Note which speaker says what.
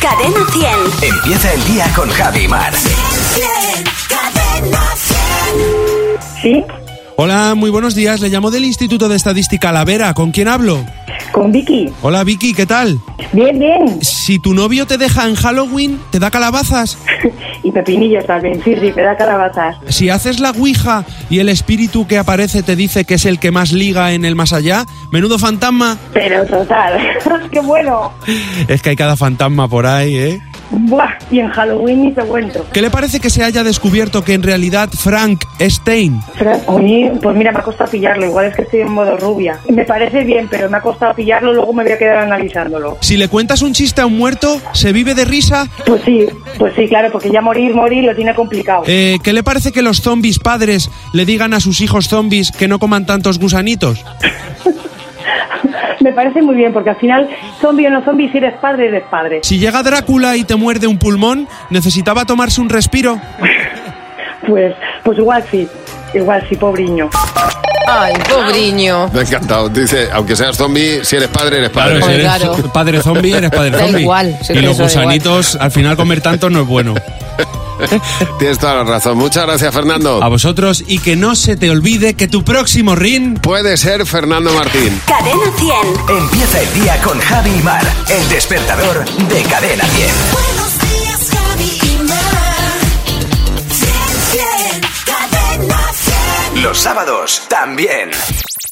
Speaker 1: Cadena 100.
Speaker 2: Empieza el día con Javi Mar.
Speaker 1: Cadena 100.
Speaker 3: Sí,
Speaker 4: Hola, muy buenos días. Le llamo del Instituto de Estadística La Vera. ¿Con quién hablo?
Speaker 3: con Vicky.
Speaker 4: Hola, Vicky, ¿qué tal?
Speaker 3: Bien, bien.
Speaker 4: Si tu novio te deja en Halloween, ¿te da calabazas?
Speaker 3: Y pepinillos también, sí, sí, me da calabazas.
Speaker 4: Si haces la Ouija y el espíritu que aparece te dice que es el que más liga en el más allá, menudo fantasma.
Speaker 3: Pero total, qué bueno.
Speaker 4: Es que hay cada fantasma por ahí, ¿eh?
Speaker 3: Buah, y en Halloween ni te cuento.
Speaker 4: ¿Qué le parece que se haya descubierto que en realidad Frank Stein
Speaker 3: Fra- Oye, pues mira, me ha costado pillarlo, igual es que estoy en modo rubia. Me parece bien, pero me ha costado pillarlo, luego me voy a quedar analizándolo.
Speaker 4: Si le cuentas un chiste a un muerto, se vive de risa.
Speaker 3: Pues sí, pues sí, claro, porque ya morir, morir lo tiene complicado.
Speaker 4: Eh, ¿Qué le parece que los zombies padres le digan a sus hijos zombies que no coman tantos gusanitos?
Speaker 3: Me parece muy bien, porque al final, zombie o no zombie, si eres padre, eres padre.
Speaker 4: Si llega Drácula y te muerde un pulmón, necesitaba tomarse un respiro.
Speaker 3: Pues, pues igual sí, igual sí, pobriño.
Speaker 5: Ay, pobriño.
Speaker 6: Me ha encantado. Dice, aunque seas zombie, si eres padre, eres padre.
Speaker 5: Claro, si eres Claro.
Speaker 4: padre zombie, eres padre
Speaker 5: Da zombie. igual, sí Y que los eso da gusanitos,
Speaker 4: al final comer tantos no es bueno.
Speaker 6: Tienes toda la razón. Muchas gracias, Fernando.
Speaker 4: vosotros y que no se te olvide que tu próximo ring...
Speaker 6: Puede ser Fernando Martín.
Speaker 1: Cadena 100.
Speaker 2: Empieza el día con Javi Mar, el despertador de Cadena 10.
Speaker 1: Buenos días, Javi y Mar. 100, 100. Cadena 100.
Speaker 2: Los sábados también.